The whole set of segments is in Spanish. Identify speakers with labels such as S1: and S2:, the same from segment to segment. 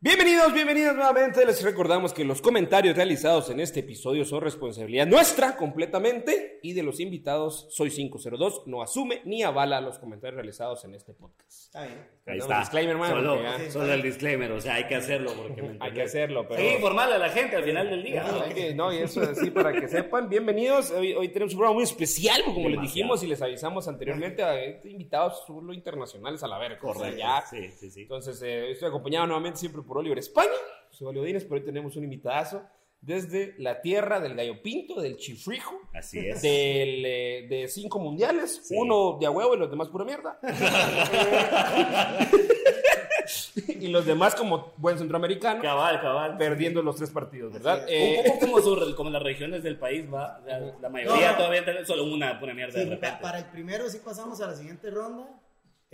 S1: Bienvenidos, bienvenidas nuevamente. Les recordamos que los comentarios realizados en este episodio son responsabilidad nuestra completamente y de los invitados. Soy 502, no asume ni avala los comentarios realizados en este podcast.
S2: Está bien.
S3: Ahí
S1: Damos
S3: está.
S1: disclaimer, mano,
S3: Solo,
S1: porque ya-
S3: solo el disclaimer, o sea, hay que hacerlo porque me
S1: Hay
S3: entendí.
S1: que hacerlo, pero.
S3: Hay que informarle a la gente al final del día.
S1: Hay que- no, y eso es así para que sepan. Bienvenidos. Hoy, hoy tenemos un programa muy especial, como les
S3: Demasiado.
S1: dijimos y les avisamos anteriormente a eh, invitados solo internacionales a la verga. o sea,
S3: Correcto.
S1: ya.
S3: Sí, sí, sí.
S1: Entonces, eh, estoy acompañado nuevamente siempre por Oliver España. Soy Oliver Dines, pero hoy tenemos un invitazo desde la tierra del gallo pinto, del chifrijo.
S3: Así es.
S1: Del, eh, de cinco mundiales,
S3: Sí.
S1: uno de a huevo y los demás pura mierda. y los demás como buen centroamericano,
S3: Cabal, cabal.
S1: perdiendo los tres partidos, ¿verdad? Eh,
S3: Un poco como, su- como las regiones del país, va. O sea, la mayoría
S2: No.
S3: todavía tiene solo una pura mierda de
S2: Sí,
S3: repente.
S2: pa- para el primero sí pasamos a la siguiente ronda.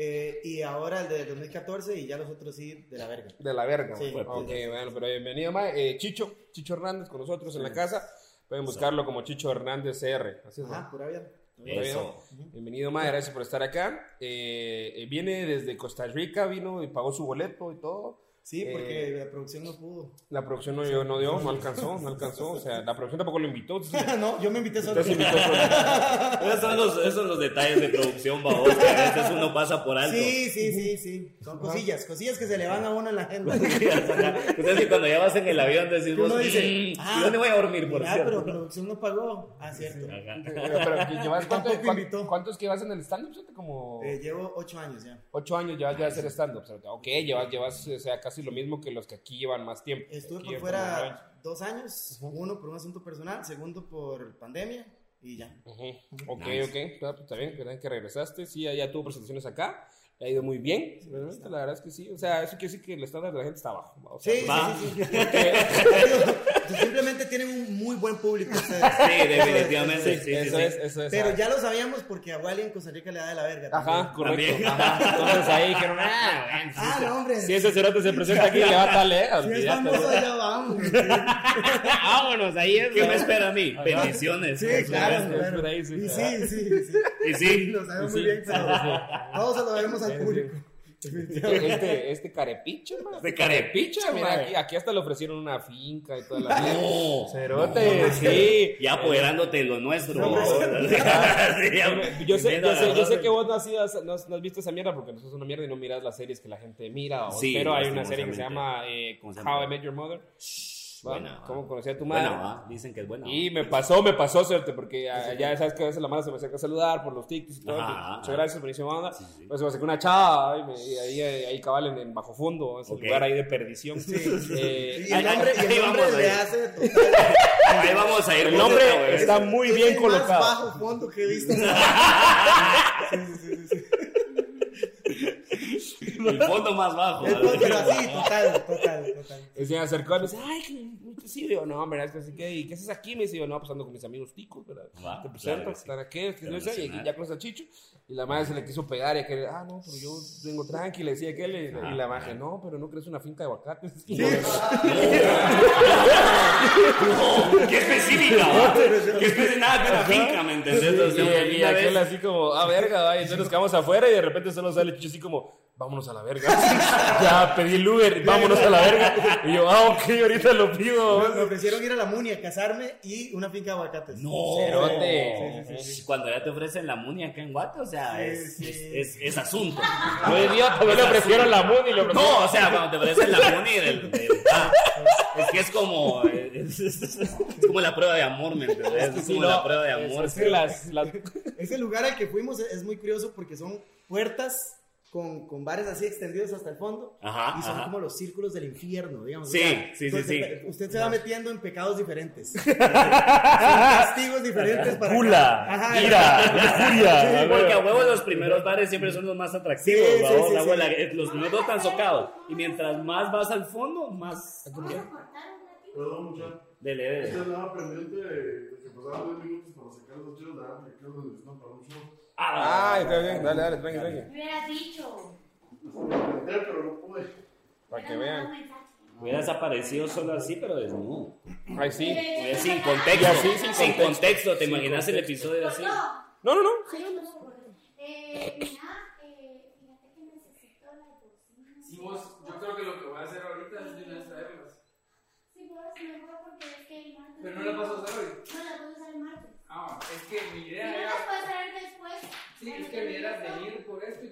S2: eh, y ahora el de 2014 y ya los otros sí de la verga.
S1: De la verga.
S2: Sí,
S1: güey.
S2: fue
S1: ok,
S2: puta.
S1: bueno, pero bienvenido, ma. Eh, Chicho, Chicho Hernández con nosotros en la casa. Pueden buscarlo como Chicho Hernández CR. Así es,
S2: Ajá,
S1: ¿no?
S2: pura vida.
S1: Todavía
S3: Ah, Eso.
S1: no. Bienvenido, ma. Gracias por estar acá. Eh, eh, viene desde Costa Rica, vino y pagó su boleto y todo.
S2: Sí,
S1: Eh,
S2: porque la producción no pudo.
S1: La producción no dio, no dio, no alcanzó, no alcanzó. O sea, la producción tampoco lo invitó. Entonces, eh,
S2: no, yo me invité solo.
S1: entonces invitó solo.
S3: Esos, son los, esos son los detalles de producción, babos, que a veces uno pasa por alto.
S2: Sí, sí, sí, sí. Son cosillas, cosillas que se le van a uno en la agenda.
S3: Entonces, que cuando ya vas en el avión, decís
S2: Que uno
S3: vos,
S2: dice,
S3: "Mm,
S2: ah,
S3: ¿y dónde voy a dormir, por
S2: Ah, pero
S3: cierto?
S2: producción no pagó. Ah, cierto.
S3: Ajá.
S1: Pero, ¿que llevas cuánto-
S2: Tampoco
S1: cuán-
S2: invitó.
S1: ¿Cuántos que llevas en el stand-up? Siente Como
S2: Eh, llevo ocho años ya.
S1: ocho años llevas ya de hacer stand-up. o sea, Ok, llevas, llevas o sea, casi lo mismo que los que aquí llevan más tiempo.
S2: Estuve
S1: Aquí
S2: por
S1: en Monterrey.
S2: fuera dos años. Uno por un asunto personal, segundo por pandemia y ya.
S1: Ujú. Ok,
S3: Nice.
S1: ok. Está, pues, está bien, qué bien que regresaste. Sí, ya, ya tuvo presentaciones acá. Le ha ido muy bien. ¿verdad? La verdad es que sí. O sea, eso quiere decir que el estándar de la gente está abajo. ¿va? O sea,
S2: Sí, sí,
S3: Va.
S2: sí, sí. Porque- simplemente tienen un muy buen público ustedes.
S3: Sí, definitivamente. Sí, sí,
S1: eso
S3: sí.
S1: es, eso es.
S2: Pero
S1: ah,
S2: ya lo sabíamos porque a Wally en Costa Rica le da de la verga.
S1: Ajá,
S2: también.
S1: correcto.
S3: También.
S1: Ajá. Entonces ahí dijeron, ah, bueno,
S2: Ah, no, hombre.
S1: si ese cerote se presenta aquí, le va a tal, eh.
S2: Si es
S1: Olvídate,
S2: famoso,
S1: güey.
S2: ya vamos.
S3: Vámonos, ahí es. ¿Qué me espera a mí? Bendiciones.
S2: Sí, claro.
S1: supuesto,
S2: claro.
S1: por ahí
S2: Y
S1: sí,
S2: sí,
S1: claro.
S2: sí, sí.
S3: Y sí.
S2: Lo sabemos
S1: Sí,
S2: muy bien, pero
S1: sí,
S2: todos se lo debemos al público.
S1: Este, este carepicho, man.
S3: Este carepicho,
S1: mira,
S3: madre.
S1: aquí, aquí hasta le ofrecieron una finca y toda la vida.
S3: No.
S1: Cerote, sí.
S3: Ya apoderándote de lo nuestro.
S2: No,
S3: ahora. Sí, ya-
S1: Yo sé, yo,
S3: viendo
S1: sé,
S3: la
S1: yo sé
S3: orden.
S1: que vos no, has ido a- no has, no has visto esa mierda porque no sos una mierda y no miras las series que la gente mira. o-
S3: Sí,
S1: pero hay una serie que se llama
S3: lastimosamente.
S1: eh,
S3: ¿Cómo se llama?
S1: How I Met Your Mother. Va,
S3: buena, va.
S1: ¿Cómo conocí a tu madre?
S3: Bueno, ah. va, dicen que es buena.
S1: Y me pasó, me pasó, suerte, porque ah, ya sabes que a veces la mala se me acerca a saludar por los tics y todo.
S3: Ajá,
S1: que-
S3: ajá.
S1: Muchas gracias, buenísima banda.
S3: Sí, sí.
S1: Pues se me acercó una chava y, me- y ahí, ahí, ahí cabal en, en bajo fondo, ese
S3: Ok.
S1: lugar ahí de perdición. Eh,
S2: Y el hombre, y
S3: ahí
S2: el hombre
S3: vamos,
S2: le
S3: ahí.
S2: hace total.
S3: Ahí vamos a ir.
S1: el
S3: vos, esta,
S1: hombre
S3: güey.
S1: está muy
S2: es
S1: bien
S2: el
S1: colocado.
S2: más bajo fondo que he visto.
S3: El fondo más bajo.
S2: Es porque era así, total, total, total.
S1: Y se me acercó y me dice, ay, ¿qué, qué sí, digo, no, hombre, es que así que, ¿y qué haces aquí? Me dice, yo, no, pues ando con mis amigos ticos, ¿verdad?
S3: Va,
S1: Te presento,
S3: claro que sí.
S1: están aquí, es que no sé, y
S3: Internacional.
S1: ya conoces a Chicho. Y la madre se le quiso pegar y aquel, ah, no, pero yo vengo tranqui, le decía aquel, y, y la madre, no, pero no crees una finca de aguacates.
S3: No, qué específica. va. Qué específica. Nada que una finca, ¿me entendés? O
S1: Y,
S3: sea,
S1: y
S3: una
S1: aquel
S3: vez-
S1: así como, ah, verga, va, y entonces nos quedamos afuera y de repente solo sale Chicho así como, vámonos a la verga. ya, pedí el Uber, vámonos a la verga. Y yo, ah, ok, ahorita lo pido.
S2: Me ofrecieron ir a la Muni a casarme y una finca de aguacates.
S3: No,
S1: Cerote.
S3: Sí, sí, sí. cuando ya te ofrecen la muni acá en Guate, o sea,
S2: Sí,
S3: es,
S2: sí.
S3: Es, es, es asunto.
S1: No, idiota, no le ofrecieron la muni, le ofrecieron
S3: No, o sea, cuando te ofrecen la muni del, del- ah, es que es como es, es- es- es como la prueba de amor, ¿me entiendes? Es
S1: Sí,
S3: como
S1: no,
S3: la prueba de amor.
S1: Es que las, las-
S2: Ese lugar al que fuimos es- es muy curioso porque son puertas con, con bares así extendidos hasta el fondo
S3: Ajá,
S2: y son
S3: ajá.
S2: como los círculos del infierno, digamos.
S3: Sí, sí, sí,
S2: entonces,
S3: sí.
S2: Usted se va metiendo en pecados diferentes. Son castigos diferentes para.
S3: Gula,
S2: Ajá,
S3: Sí, porque a huevo los primeros bares siempre son los más atractivos,
S2: Sí, sí,
S3: babos,
S2: sí,
S3: a huevo,
S2: sí.
S3: la- eh, los primeros dos están socados. Y mientras más vas al fondo, más
S4: Perdón, muchachos.
S1: Eh.
S4: Este
S3: dele, dele.
S4: Yo estaba pendiente de que pasaran 10 minutos para sacar los chiles de África, que es donde están para un show.
S3: Ah,
S1: Ah, está bien, dale, dale, tranqui, tranqui.
S5: Me hubieras dicho.
S4: Intenté, pero no pude.
S1: Para que
S5: Hubieras
S1: vean.
S5: mandado un
S3: hubiera desaparecido solo así, pero desnudo.
S1: Ay, sí.
S5: mensaje.
S3: Es sin contexto.
S1: Ya, sí, sin
S3: sin,
S1: contexto.
S3: contexto. ¿Te imaginas el episodio así?
S5: No,
S1: No, no,
S5: no,
S1: no.
S5: no. Eh, mira, eh, fíjate que necesito la bocina.
S6: Si vos, yo creo que lo que voy a hacer ahorita es de Ah,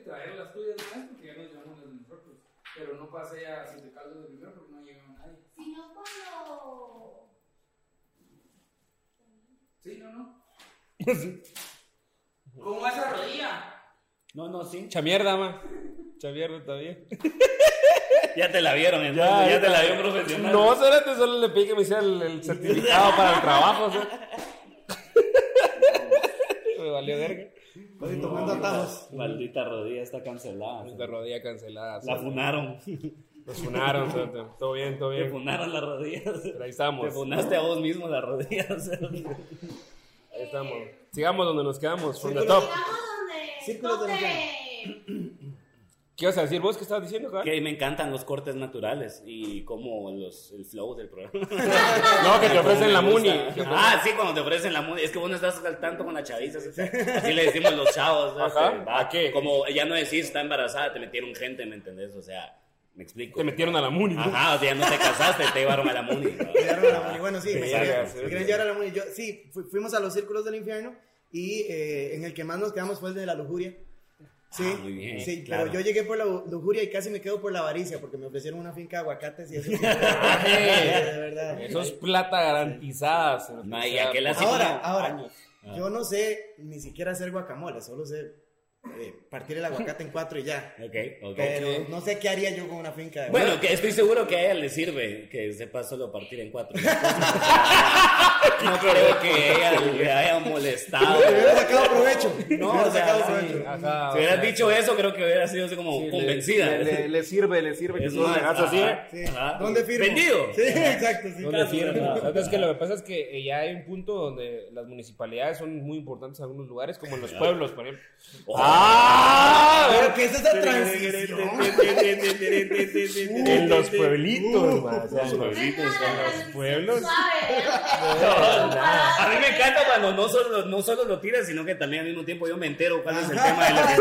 S6: traer las tuyas más porque ya nos llevamos las de nosotros. Pero no pasé a Siete Caldas de primero porque no llegaba nadie.
S5: Si no, cuando.
S6: Sí, no, no. ¿Cómo va esa rodilla?
S3: No, no, sí.
S1: Chamierda, ma. Chamierda todavía.
S3: Ya te la vieron, entonces, ya, te la vio un profesional.
S1: No, espérate, solo le pedí que me hiciera el, el certificado para el trabajo. o sea. me valió verga.
S2: Estoy tomando atajos.
S3: Maldita rodilla está cancelada.
S1: La rodilla cancelada. o sea.
S3: La funaron.
S1: Nos funaron. o sea, te- todo bien, todo
S3: Te
S1: bien.
S3: funaron las rodillas.
S1: Pero ahí
S3: Te
S1: estamos.
S3: funaste a vos mismo las rodillas.
S1: Ahí estamos. Sigamos donde nos quedamos. From the
S2: pero-
S1: top.
S5: Digamos donde.
S2: Círculos de
S5: donde...
S1: ¿Qué ibas a decir vos? ¿Qué estabas diciendo, cabrón?
S3: Que me encantan los cortes naturales y como los, el flow del programa.
S1: No, que te ofrecen la
S3: Me
S1: Muni.
S3: gusta. Ah, sí, cuando te ofrecen la Muni. Es que vos no estás al tanto con la chaviza. así- Así le decimos los chavos. ¿no?
S1: Ajá.
S3: Este, va,
S1: ¿A qué?
S3: Como ya no decís, está embarazada, te metieron gente, ¿me entendés? O sea, me explico.
S1: Te metieron a la Muni. ¿no?
S3: Ajá, o sea, no te casaste, te llevaron a la Muni. ¿no?
S2: Me llevaron a la muni. Bueno, sí, me
S1: Exacto,
S2: llevaron-
S1: sí,
S2: me querían
S1: sí.
S2: llevar a la muni. Yo- sí, fu- fuimos a los círculos del infierno y eh, en el que más nos quedamos fue el de la lujuria. Sí,
S3: Ah, muy bien,
S2: sí,
S3: claro.
S2: pero yo llegué por la lu- lujuria y casi me quedo por la avaricia porque me ofrecieron una finca de aguacates y eso. sí, de verdad.
S1: Eso es plata garantizada. cerote.
S3: No,
S1: O
S3: y
S1: sea,
S3: aquel así
S2: Ahora,
S3: como- Ah.
S2: ahora, yo no sé ni siquiera hacer guacamole, solo sé eh, partir el aguacate en cuatro y ya.
S3: Ok,
S1: eh,
S3: ok.
S2: Pero no sé qué haría yo con una finca de
S3: Bueno, que estoy seguro que a ella le sirve que sepa solo partir en cuatro. No creo que ella le haya molestado.
S2: Me hubiera sacado provecho.
S3: No,
S2: No, me hubiera
S3: o sea,
S2: sacado
S3: sí. ah.
S2: provecho.
S1: Ajá,
S3: Si
S1: o sea,
S3: hubieras dicho eso, creo que hubiera sido así como
S1: Ah, sí, le-
S3: convencida.
S1: Le, le- le sirve, le sirve.
S3: Es
S1: que tú le
S3: más,
S1: hagas así.
S3: ajá.
S2: Sí.
S3: Ajá.
S2: ¿Dónde firmo?
S3: Vendido.
S2: Sí, exacto. Sí,
S1: ¿Dónde
S2: claro.
S1: firma?
S3: claro.
S1: Sabes que lo que pasa es que eh, ya hay un punto donde las municipalidades son muy importantes en algunos lugares, como en los pueblos, por ejemplo.
S3: Oh.
S1: ¡Ah!
S2: Pero que es esa transición.
S1: En los
S3: Uh,
S1: pueblitos, ma, o sea, en los-
S5: Los
S1: pueblos.
S5: Suave,
S3: A mí me encanta cuando no solo, no solo lo tiras, sino que también al mismo tiempo yo me entero cuál es el tema de la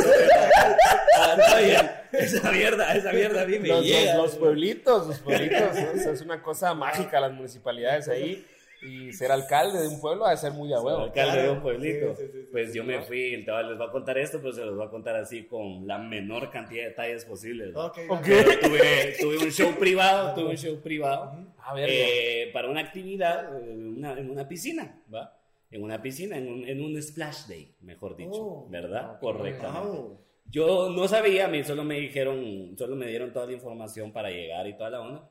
S3: que Esa mierda, esa mierda a mí me
S1: los,
S3: llega.
S1: los- los pueblitos, los pueblitos. o sea, es una cosa mágica las municipalidades ahí. Y ser alcalde de un pueblo ha de ser muy a
S3: Bueno,
S1: huevo.
S3: alcalde de
S2: claro.
S3: un pueblito.
S2: Sí, sí, sí, sí.
S3: pues yo me fui, el chaval les va a contar esto, pero se los va a contar así con la menor cantidad de detalles posibles. ¿no?
S2: Ok.
S1: Ok.
S3: Pero tuve, tuve un show privado, tuve un show privado
S1: A ver,
S3: eh, para una actividad eh, en una, en una piscina, ¿va? En una piscina, en un, en un splash day, mejor dicho,
S2: Oh. Ah,
S3: ¿verdad? Correctamente.
S2: Wow.
S3: Yo no sabía, a mí solo me dijeron, solo me dieron toda la información para llegar y toda la onda.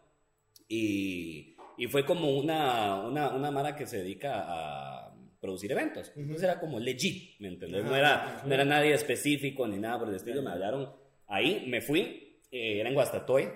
S3: Y, y fue como una, una, una mara que se dedica a producir eventos. Entonces era como legit, ¿me entendés? No era, no era nadie específico ni nada por el estilo. Me hablaron ahí, me fui, eh, era en Guastatoy,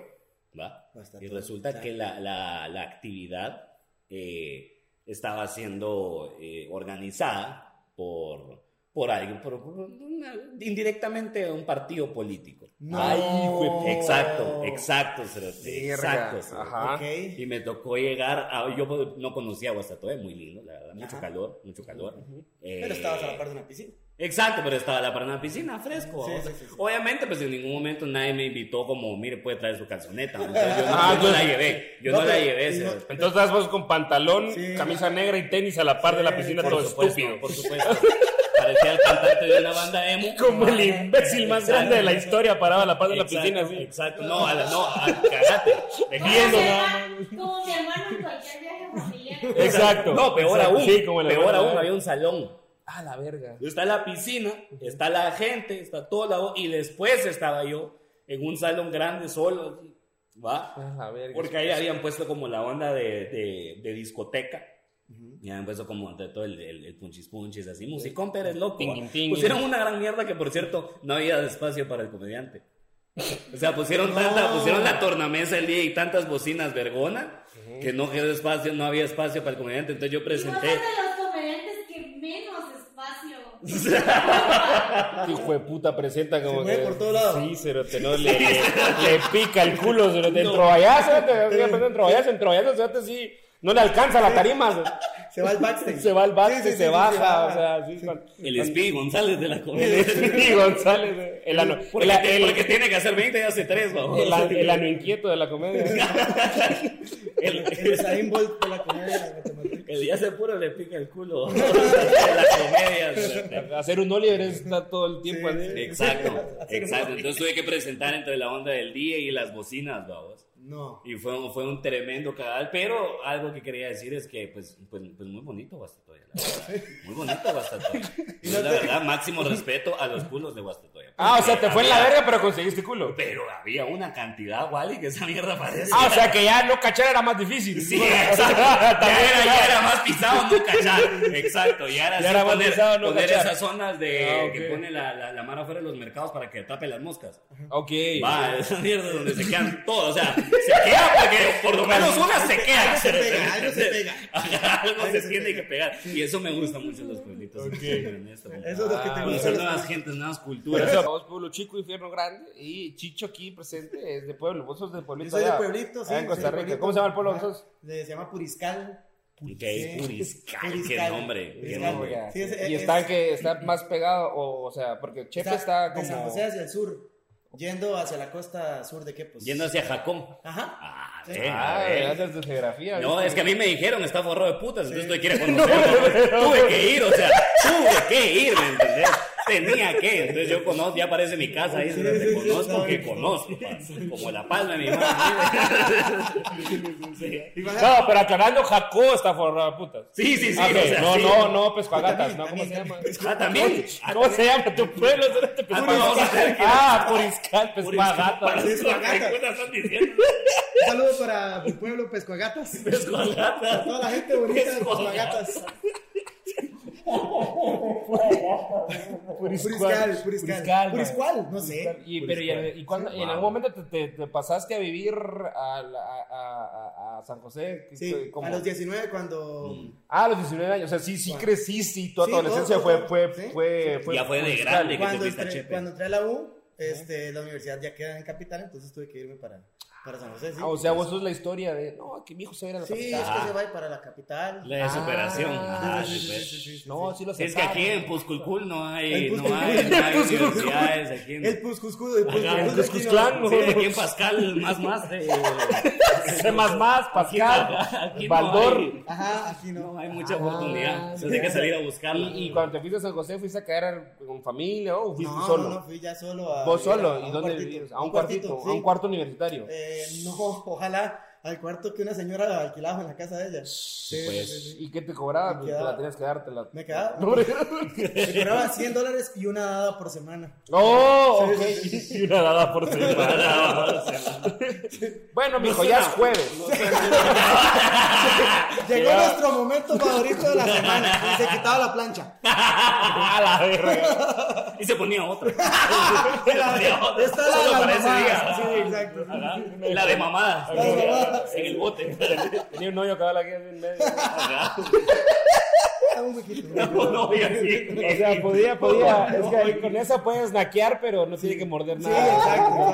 S3: ¿va?
S2: Guastatoy,
S3: Y resulta
S2: claro.
S3: que la, la, la actividad eh, estaba siendo eh, organizada por, por alguien, por, por una- indirectamente un partido político.
S2: No.
S1: Ay, hijo
S3: Exacto, exacto, cerote,
S1: verga.
S3: exacto. cerote.
S1: Ajá.
S2: Ok.
S3: Y me tocó llegar, a, yo no conocía Guastatoya, muy lindo, la verdad, mucho
S2: Ajá.
S3: calor, mucho calor. Eh,
S2: Pero estabas a la par de una piscina.
S3: Exacto, pero estaba la parada en la piscina, fresco.
S2: Sí,
S3: o
S2: sí,
S3: sea,
S2: sí, sí.
S3: Obviamente, pues en ningún momento nadie me invitó como, mire, puede traer su calzoneta. ¿no? O sea, yo no,
S1: Ah,
S3: yo no
S1: tú-
S3: la llevé, yo no,
S2: No,
S3: la
S2: pero-
S3: llevé.
S2: y no-
S3: cerote.
S1: Entonces estás vos con pantalón,
S2: Sí.
S1: camisa negra y tenis a la par de la piscina,
S3: Por
S1: todo
S3: supuesto,
S1: estúpido.
S3: por supuesto. Parecía el cantante de una banda emo.
S1: Como el imbécil más
S3: Exacto.
S1: grande de la historia parado a la par de la
S3: Exacto,
S1: piscina. así.
S3: Exacto. No, a la, no, a, cagate.
S1: Viendo
S5: Como mi
S1: nada
S5: hermano- Como mi hermano en cualquier viaje familiar.
S1: Exacto.
S3: No, peor
S1: Exacto.
S3: aún.
S1: Sí, como la
S3: peor
S1: banda,
S3: aún,
S1: ¿verdad?
S3: había un salón.
S1: Ah, la verga.
S3: Está la piscina, está la gente, está todo lado. Y después estaba yo en un salón grande solo. así, ¿Va?
S1: Ah, la verga.
S3: Porque ahí habían puesto como la onda de, de, de discoteca. Y habían puesto como de todo el, el, el punchis punchis, así, musicón Pérez Loco.
S1: Tingin,
S3: ¿va?
S1: tingin.
S3: Pusieron una gran mierda que, por cierto, no había espacio para el comediante. O sea, pusieron tanta, pusieron la tornamesa el día y tantas bocinas vergona que no quedó espacio, no había espacio para el comediante. Entonces yo
S5: Y vos sos
S3: presenté.
S5: de los comediantes que menos espacio.
S1: Hijo de puta presenta como
S2: Se mueve
S1: que-
S2: por todos lados.
S1: Sí, cerote, no, le, le, le pica el culo, cerote. En trovallazo, cerote, sigue aprendiendo en trovallazo, en trovallazo, cerote, sí. No le alcanza la tarima, cerote.
S2: Se va al backstage.
S1: se va al bate,
S2: Sí, sí, sí,
S1: se
S2: sí,
S1: baja,
S2: baja.
S1: o sea, sí. cuando-
S3: El Speedy González de la comedia.
S1: Y González, eh, el ano,
S3: Porque,
S1: el, el-
S3: porque tiene que hacer 20 y hace 3,
S1: el ano- el ano inquieto de la comedia.
S2: El Usain Bolt de la comedia guatemalteca.
S3: El día se puro le pica el culo. la comedia.
S1: Hacer un Oliver está todo el tiempo
S2: Sí,
S1: así.
S2: sí.
S3: Exacto, exacto. Entonces tuve que presentar entre la onda del día y las bocinas, vamos.
S2: No.
S3: Y fue un, fue un tremendo cagadal, pero algo que quería decir es que, pues, pues, pues muy bonito Guastatoya, la verdad. Muy bonito Guastatoya. Yo, la verdad, máximo respeto a los culos de Guastatoya.
S1: Ah, o sea, te fue en la
S3: Había-
S1: verga, pero conseguiste culo.
S3: Pero había una cantidad, Wally, que esa mierda parece.
S1: Ah, o sea, que ya no cachar era más difícil.
S3: Sí, exacto. Ya era, ya era más pisado no cachar. Exacto, ya era,
S1: Ya
S3: así
S1: era más
S3: poner,
S1: pisado no
S3: poner
S1: cachar.
S3: esas zonas de
S1: Ah, ok.
S3: que pone la, la, la mano afuera de los mercados para que tape las moscas.
S1: Ok.
S3: Va, esa mierda es donde se quedan todos, o sea, se queda porque por lo menos una se queda.
S2: Algo se pega, algo se pega.
S3: Ajá, algo
S2: Algo
S3: se
S2: se
S3: tiene
S2: pega.
S3: que pegar. Y eso me gusta mucho en los pueblitos.
S2: Eso es lo que
S1: Ah,
S2: te
S1: bueno,
S2: gusta.
S3: Conocer nuevas gentes, nuevas
S1: Por
S3: culturas.
S1: eso, vos, pueblo chico, infierno grande. Y Chicho aquí presente es de pueblo. Vos sos de pueblito.
S2: Yo soy de
S1: allá,
S2: pueblito, sí,
S1: allá en
S2: soy
S1: Costa
S2: de
S1: Rica.
S2: pueblito.
S1: ¿Cómo se llama el pueblo que
S2: Ajá.
S1: sos?
S2: Se llama Puriscal.
S3: Ok,
S2: Sí.
S3: Puriscal, qué
S2: Puriscal.
S3: nombre. qué
S2: Puriscal.
S3: nombre.
S1: Ya,
S2: Sí, es-
S1: y
S2: es-
S1: está que está más pegado, o, o sea, porque Chepe está
S2: De San
S1: como.
S2: José hacia el sur. Yendo hacia la costa sur de Quepos.
S3: Yendo hacia Jacón.
S2: Ajá.
S3: Ah,
S2: Sí.
S3: ve,
S1: Ah,
S3: ve.
S1: andas de geografía.
S3: No,
S1: ¿viste?
S3: es que a mí me dijeron, está forrado de putas, entonces no quiere conocerlo. Tuve que ir, o sea, tuve que ir, ¿me entendés? Tenía que, entonces yo conozco, ya aparece mi casa ahí,
S2: Sí,
S3: donde
S2: sí, sí,
S3: conozco
S2: está
S3: que
S2: bien.
S3: conozco, pa. como la palma de mi mano. Sí,
S2: Y vas a-
S1: No, pero aclarando, Jacó está forrado de putas.
S3: sí, sí. sí,
S1: Ah,
S3: o
S1: ok,
S3: sea,
S1: no,
S3: sí.
S1: no, no, Pescuagatas, ¿no? ¿Cómo se
S2: También,
S1: llama?
S3: Ah, también. Ah,
S1: ¿Cómo se llama tu pueblo? Cerote?
S3: Ah, pues, vamos a hacer que-
S1: Ah, Puriscal,
S3: Para
S1: Pescuagatas.
S3: eso, ¿qué putas están diciendo?
S2: Un saludo para mi pueblo, Pescoagatas.
S3: Pescuagatas.
S2: Toda la gente bonita de
S3: Pescoagatas.
S2: Pescoagatas. Puriscal, Puriscal.
S1: Puriscal,
S2: Puriscal, no
S1: Puriscal.
S2: sé.
S1: Y, pero, y, en- y cuando- y en algún momento te, te- te pasaste a vivir a, la- a- a- a San José. que-
S2: Sí,
S1: como-
S2: a los 19 cuando...
S1: Ah, a los 19 años. O sea, sí, sí
S2: Bueno.
S1: creciste y tu
S2: Sí,
S1: adolescencia
S2: todo,
S1: fue,
S2: todo,
S1: fue,
S2: sí.
S1: fue,
S2: Sí.
S3: Ya fue de
S1: musical.
S3: grande. que
S2: Cuando
S3: te fuiste a
S2: entré,
S3: Chepe.
S2: cuando entré a la U, este, la universidad ya queda en Capital, entonces tuve que irme para, para San José. Sí,
S1: Ah, o sea, vos Ah. sos la historia de, no, que mi hijo se va a ir a la
S2: Sí, es
S1: capital.
S2: que se va a ir para la Capital.
S3: La de superación.
S1: Ah,
S3: Ajá,
S2: Sí, sí,
S3: sí, pues.
S2: sí, sí, sí,
S1: No,
S2: sí.
S1: sí lo
S3: Es que
S1: aceptaron.
S3: aquí en Pusculcul no hay,
S2: En
S3: no
S2: Pusculcul.
S3: hay, no hay
S1: En Pusculcul.
S3: universidades. Aquí en,
S2: El Puscuscudo, el Puscuscudo. es
S3: Ajá, el
S2: latino.
S1: Cuscusclán,
S3: Sí, aquí en Pascal, más, más. eh,
S1: C++, Pascal,
S3: aquí no
S1: Baldor.
S3: hay-
S2: Ajá, aquí no.
S3: No hay mucha
S2: Ah,
S3: oportunidad. Entonces hay que salir a buscarla.
S1: Y, y cuando te fuiste a San José, ¿fuiste a caer con familia o fuiste
S2: No,
S1: solo?
S2: no, no, fui ya solo a...
S1: ¿Vos
S2: a
S1: solo?
S2: un
S1: ¿Y dónde
S2: cuartito,
S1: vivías? A un cuartito, a
S2: sí.
S1: un cuarto universitario.
S2: Eh, no, ojalá al cuarto que una señora alquilaba en la casa de ella. Sí,
S3: pues.
S2: sí, sí.
S1: ¿Y qué te cobraba?
S2: Me
S1: Pues, te
S2: quedaba-
S1: la tenías que dártela.
S2: Me quedaba.
S1: No,
S2: Me cobraba 100 dólares y una dada por semana.
S1: oh,
S2: Sí,
S1: ok.
S2: sí, sí,
S1: Y una dada por semana. bueno, mijo, ya es jueves. Ah,
S2: Llegó
S1: Quedaba-
S2: nuestro momento favorito de la semana. Y se quitaba la plancha.
S1: A la verga.
S3: Y se ponía otra. Se ponía otra.
S2: Esta es la
S3: Solo
S2: de las
S3: para ese
S2: mamadas. Sí,
S3: día.
S2: exacto.
S3: La de mamadas.
S2: Las mamadas.
S3: En el bote.
S1: Tenía un hoyo cabal aquí en medio.
S2: Era un huequito.
S3: No, no, y así.
S1: O sea, podía, podía. Es que ahí con esa puedes naquear, pero no tiene que morder
S2: Sí,
S1: nada.
S2: exacto, exacto,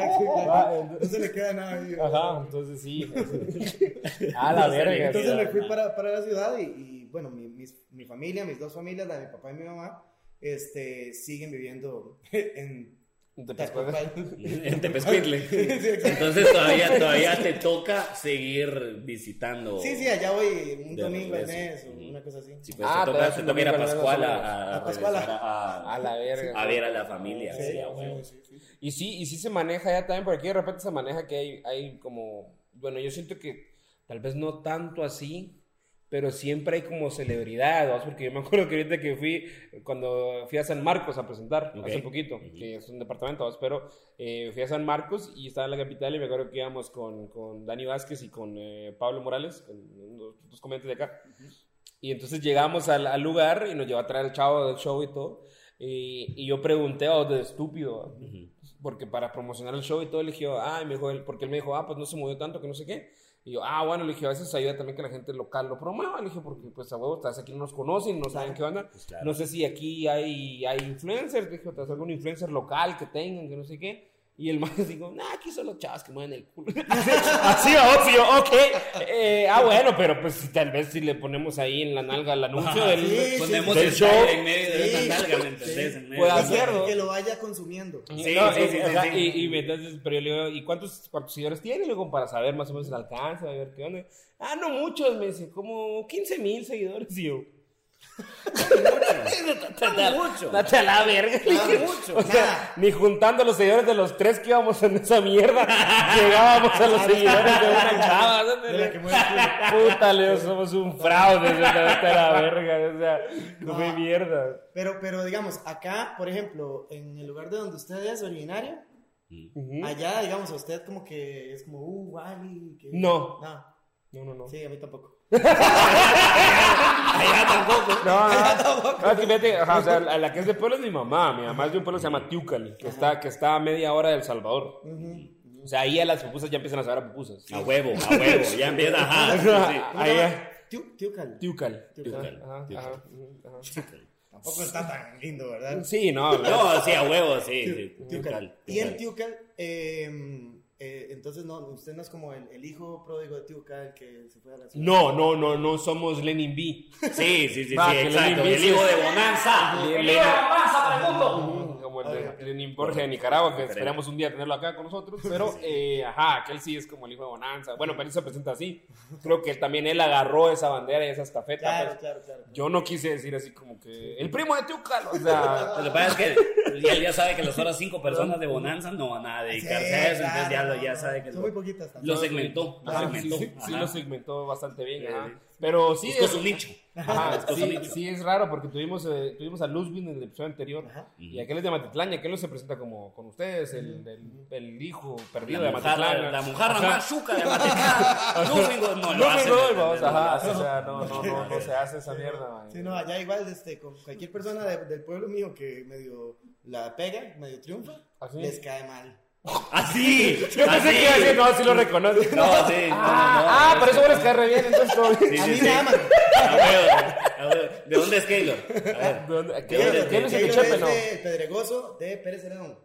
S1: Ah,
S2: exacto.
S1: entonces-
S2: No se le queda nada ahí.
S1: Ajá, entonces sí. A la verga.
S2: Entonces
S1: sí.
S2: me fui para, para la ciudad y, y, bueno, mi, mis- mi familia, mis dos familias, la de mi papá y mi mamá, este, siguen viviendo en
S1: Te pescó.
S2: Tacopal.
S3: En Tepezcuintle. Entonces todavía, todavía te toca seguir visitando.
S2: Sí, sí, allá voy un
S3: De
S2: domingo al mes
S3: regreso.
S2: o
S3: Ujú.
S2: una cosa así.
S3: Sí, pues,
S1: Ah, te
S3: te toca,
S1: vas
S3: te
S1: un
S3: toca ir a
S1: domingo a la
S3: Pascual
S1: verga.
S3: a,
S2: A Pascual.
S3: regresar a,
S1: A la verga.
S3: a ver a la familia.
S2: Sí,
S3: sí, a huevo.
S2: sí, sí, sí.
S1: Y sí, y sí se maneja ya también, porque aquí de repente se maneja que hay, hay como, bueno, yo siento que tal vez no tanto así, pero siempre hay como celebridad, ¿vas? porque yo me acuerdo que ahorita que fui, cuando fui a San Marcos a presentar,
S3: Ok.
S1: hace poquito, que es un departamento, ¿vas? pero eh, fui a San Marcos y estaba en la capital y me acuerdo que íbamos con, con Dani Vázquez y con eh, Pablo Morales, con unos, dos comediantes de acá. Y entonces llegamos al, al lugar y nos llevó a traer el chavo del show y todo. Y, y yo pregunté, oh, de estúpido,
S3: Ujú.
S1: porque para promocionar el show y todo, eligió, ah, y me dijo él, porque él me dijo, ah, pues no se movió tanto, que no sé qué. Y yo, ah, bueno, le dije, a veces ayuda también que la gente local lo promueva. Le dije, porque pues a huevo, estás aquí, no nos conocen, no saben qué onda.
S3: Pues, claro.
S1: No sé si aquí hay, hay influencers. Le dije, ¿te algún influencer local que tengan, que no sé qué? Y el man dijo, nah, aquí son los chavas que mueven el culo. Así, vamos, y yo, ok. eh, ah, bueno, pero pues si tal vez si le ponemos ahí en la nalga el anuncio
S3: Ajá,
S1: del...
S2: sí,
S3: Ponemos
S1: sí.
S3: el
S1: Del show.
S3: show Pues, en medio de
S2: Sí.
S3: una nalga, ¿me entendés? En medio
S1: Puede
S3: de-
S1: hacer. acuerdo.
S2: Que lo vaya consumiendo.
S3: Sí,
S1: No,
S3: sí,
S1: eh,
S3: sí,
S1: o
S3: sí,
S1: sea,
S3: sí.
S1: Y, y entonces, pero yo le digo, ¿y cuántos, cuántos seguidores tiene? Luego, para saber más o menos el alcance, a ver qué onda. Ah, no muchos, me dice, como 15 mil seguidores. Y yo,
S3: mucho.
S1: Date a la verga. le dije.
S2: mucho.
S1: O sea,
S2: Nada.
S1: ni juntando los seguidores de los tres que íbamos en esa mierda, llegábamos a los seguidores de una chava. ¿no?
S2: De la que mueve el culo.
S1: Puta, Leo, somos un fraude. o sea, Date a la verga. O sea, no
S2: No.
S1: me mierda.
S2: Pero, pero digamos, acá, por ejemplo, en el lugar de donde usted es originario,
S1: Ujú.
S2: allá, digamos, a usted como que es como, uh, Wally. que-
S1: No.
S2: No,
S1: No, no, no.
S2: sí, a mí tampoco.
S1: No, no, no, es que fíjate, ajá, o sea, la la que es de pueblo es mi mamá. Mi mamá es de un pueblo que se llama Tiucali, que está, que está a media hora de El Salvador. O sea, ahí a las pupusas ya empiezan a saber a pupusas.
S3: A huevo, a huevo. Ya empieza, ajá.
S1: Ajá.
S3: sí,
S1: Ahí,
S2: Tiu- Tiucal.
S1: Tiucali.
S2: Tiucal.
S1: Ajá, ajá, ajá.
S3: sí.
S2: Tampoco está tan lindo, ¿verdad?
S1: Sí, no, no.
S3: No, sí, a huevo, sí. sí.
S2: Tiu- Eh, Tiucal. Y en Tiucal, eh, eh, entonces no, usted no es como el, el hijo pródigo de Tiucal que se fue a la ciudad.
S1: No, no, no, no somos Lenin B.
S3: Sí, sí, sí,
S1: Va,
S3: sí,
S1: que le
S3: exacto.
S1: limpies.
S3: El hijo de Bonanza.
S1: Le-
S3: El
S1: le-
S3: hijo de Bonanza para el mundo.
S1: Como el
S2: Oiga.
S1: de Lenin Borges de Nicaragua, que
S3: Oiga.
S1: esperamos un día tenerlo acá con nosotros. Pero, eh, ajá, que él sí es como el hijo de Bonanza. Bueno, pero él se presenta así. Creo que él también él agarró esa bandera y esa estafeta.
S2: Claro,
S1: pues.
S2: claro, claro.
S1: Yo no quise decir así como que el primo de Tiucal. O sea,
S3: Lo que pasa es que ya, ya sabe que las otras cinco personas de Bonanza no van a
S2: Ah,
S3: dedicarse a eso, entonces ya, lo- ya sabe que
S2: Son
S3: lo,
S2: muy poquitas también.
S3: lo segmentó. Lo
S1: ajá,
S3: segmentó.
S1: Ah, sí, sí, sí
S3: ajá.
S1: lo segmentó bastante bien.
S3: Sí,
S1: ajá.
S3: sí.
S1: Pero sí
S3: Buscó
S1: es,
S3: su nicho.
S1: ajá,
S3: Buscó su
S1: sí,
S3: nicho.
S1: sí es raro porque tuvimos, eh, tuvimos a Luzbin en el episodio anterior.
S2: Ajá.
S1: Y aquel es de Matitlán, y aquel no se presenta como con ustedes, el, el, el hijo perdido
S3: La
S1: de Matitlán.
S3: mujarra, la mujarra
S1: Ajá.
S3: más chuca de Matitlán. Lúcigo
S1: No,
S3: no lo
S1: no,
S3: hace.
S1: no,
S3: ¿me
S1: vamos,
S3: entendés?
S1: ajá,
S3: No
S1: o
S3: lo hace.
S1: sea, no, no, no, no se hace esa mierda, man.
S2: Sí, no, allá igual, este, con cualquier persona de- del pueblo mío que medio la pega, medio triunfa,
S1: ¿Ah, sí?
S2: les cae mal.
S3: Así.
S1: Yo pensé que iba a decir, no, sí lo reconoce.
S3: No, sí, no, no, no.
S1: ah, ah, por eso vos les caes re bien, entonces todo bien.
S3: Sí,
S2: a
S3: sí,
S2: mí
S3: sí.
S2: me aman.
S3: A ver, a ver, ¿De dónde es Keylor? A ver.
S1: ¿De dónde- ¿Qué
S3: Taylor,
S1: ¿Quién es el
S2: Taylor
S1: chepe,
S2: es
S1: no?
S2: de este Pedregoso de Pérez Celedón.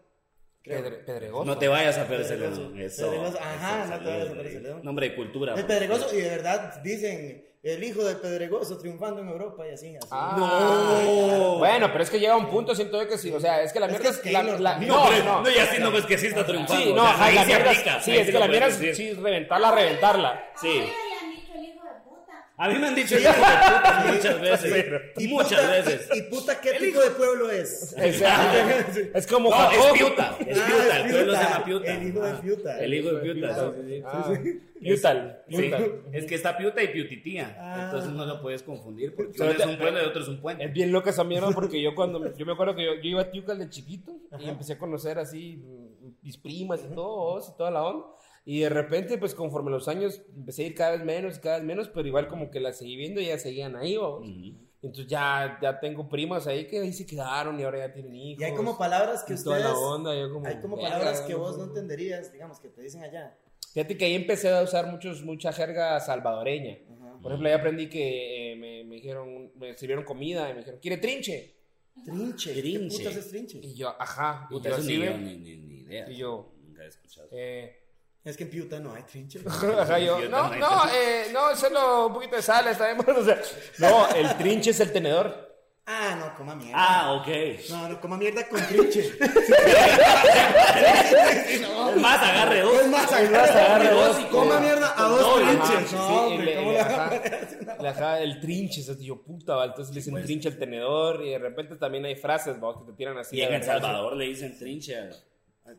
S2: creo.
S1: Pedre- Pedregoso.
S3: No te vayas a Pérez Celedón.
S2: Pedregoso.
S3: Eso.
S2: Pedregoso, ajá,
S3: eso,
S2: no te vayas a
S3: saludos,
S2: Pérez
S3: eh.
S2: Celedón.
S3: Nombre de cultura.
S2: De
S3: man.
S2: Pedregoso, y de verdad dicen el hijo de Pedregoso triunfando en Europa y así. así.
S1: Ah,
S3: No.
S1: Bueno, pero es que llega un punto, siento yo que sí. O sea, es que la
S2: Es
S1: mierda
S2: que
S1: es.
S2: es
S1: la-
S2: Keylor
S1: la-
S2: también.
S1: No,
S3: pero-
S1: no.
S3: no, ya sí, no ves que sí está triunfando.
S1: Sí, no,
S3: o sea,
S1: ajá,
S3: ahí
S1: la
S3: se
S1: mierda es-
S3: aplica,
S1: Sí,
S3: ahí
S1: es
S3: sí
S1: que
S3: lo
S1: la mierda
S3: puedes
S1: es
S3: decir.
S1: sí, reventarla, reventarla.
S3: Sí.
S5: Ahora le han dicho el hijo de puta.
S3: A mí me han dicho hijo de puta muchas veces.
S2: Y
S3: Muchas
S2: puta-
S3: veces.
S2: Y puta, ¿qué tipo de pueblo es?
S1: O sea, es como
S3: No, es
S1: Jacob.
S3: piuta. Es
S2: Ah,
S3: piuta.
S2: es
S3: El pueblo se
S2: piuta,
S3: llama piuta.
S2: el hijo de
S3: Ah,
S2: piuta.
S3: El hijo de piuta. sí, sí, sí.
S1: Ah, Piutal,
S3: Sí,
S1: piutal.
S3: es que está piuta y piutitía.
S2: Ah.
S3: Entonces no lo puedes confundir porque
S1: Pero
S3: uno es
S1: te-
S3: un pueblo y otro es un puente.
S1: Ah, Es bien loca esa mierda porque yo cuando yo me acuerdo que yo, yo iba a Tiucal de chiquito y empecé a conocer así mm, mis primas y todos y toda la onda. Y de repente, pues conforme los años empecé a ir cada vez menos y cada vez menos, pero igual como que las seguí viendo y ya seguían ahí, vamos.
S3: Ujú.
S1: Entonces ya, ya tengo primas ahí que ahí se quedaron y ahora ya tienen hijos.
S2: Y hay como palabras que
S1: y toda
S2: ustedes...
S1: la onda, yo como,
S2: Hay como
S1: "Verga,
S2: palabras que
S1: no
S2: vos no
S1: sé".
S2: entenderías, digamos, que te dicen allá.
S1: Fíjate que ahí empecé a usar muchos, mucha jerga salvadoreña.
S2: Ajá.
S1: Por ejemplo, ahí aprendí que eh, me, me dijeron, me sirvieron comida y me dijeron, ¿quiere trinche?
S2: Trinche.
S3: Trinche.
S2: ¿Qué putas es trinche?
S1: Y yo, ajá. Y
S3: Puta,
S1: yo
S3: eso
S1: así,
S3: ni, yo,
S1: ve,
S3: ni, ni- ni idea.
S1: Y yo-
S3: Nunca he escuchado.
S1: eh,
S2: Es que en Piuta no hay trinche.
S1: ajá, yo,
S3: Yo
S1: no,
S3: también.
S1: no, eh, no, solo un poquito de sal, está bien, bueno, o sea, no, el trinche es el tenedor.
S2: Ah, no, coma mierda.
S3: Ah, ok.
S2: No, no, coma mierda con trinche.
S3: Es más, agarre dos.
S2: Es más,
S1: agarre
S2: agarre
S1: dos
S2: dos
S1: y
S2: y coma mierda a dos
S1: Ajá,
S2: trinches.
S1: sí,
S2: No,
S1: sí,
S2: hombre,
S1: el-
S2: ¿cómo
S1: el-
S2: le
S1: ajá,
S2: agarra?
S1: le ajá, el trinche, o sea, yo, puta, va, entonces le dicen
S3: Pues.
S1: trinche el tenedor y de repente también hay frases, va, que te tiran así.
S3: Y en
S1: a
S3: El
S1: vergazo.
S3: Salvador le dicen trinche. a-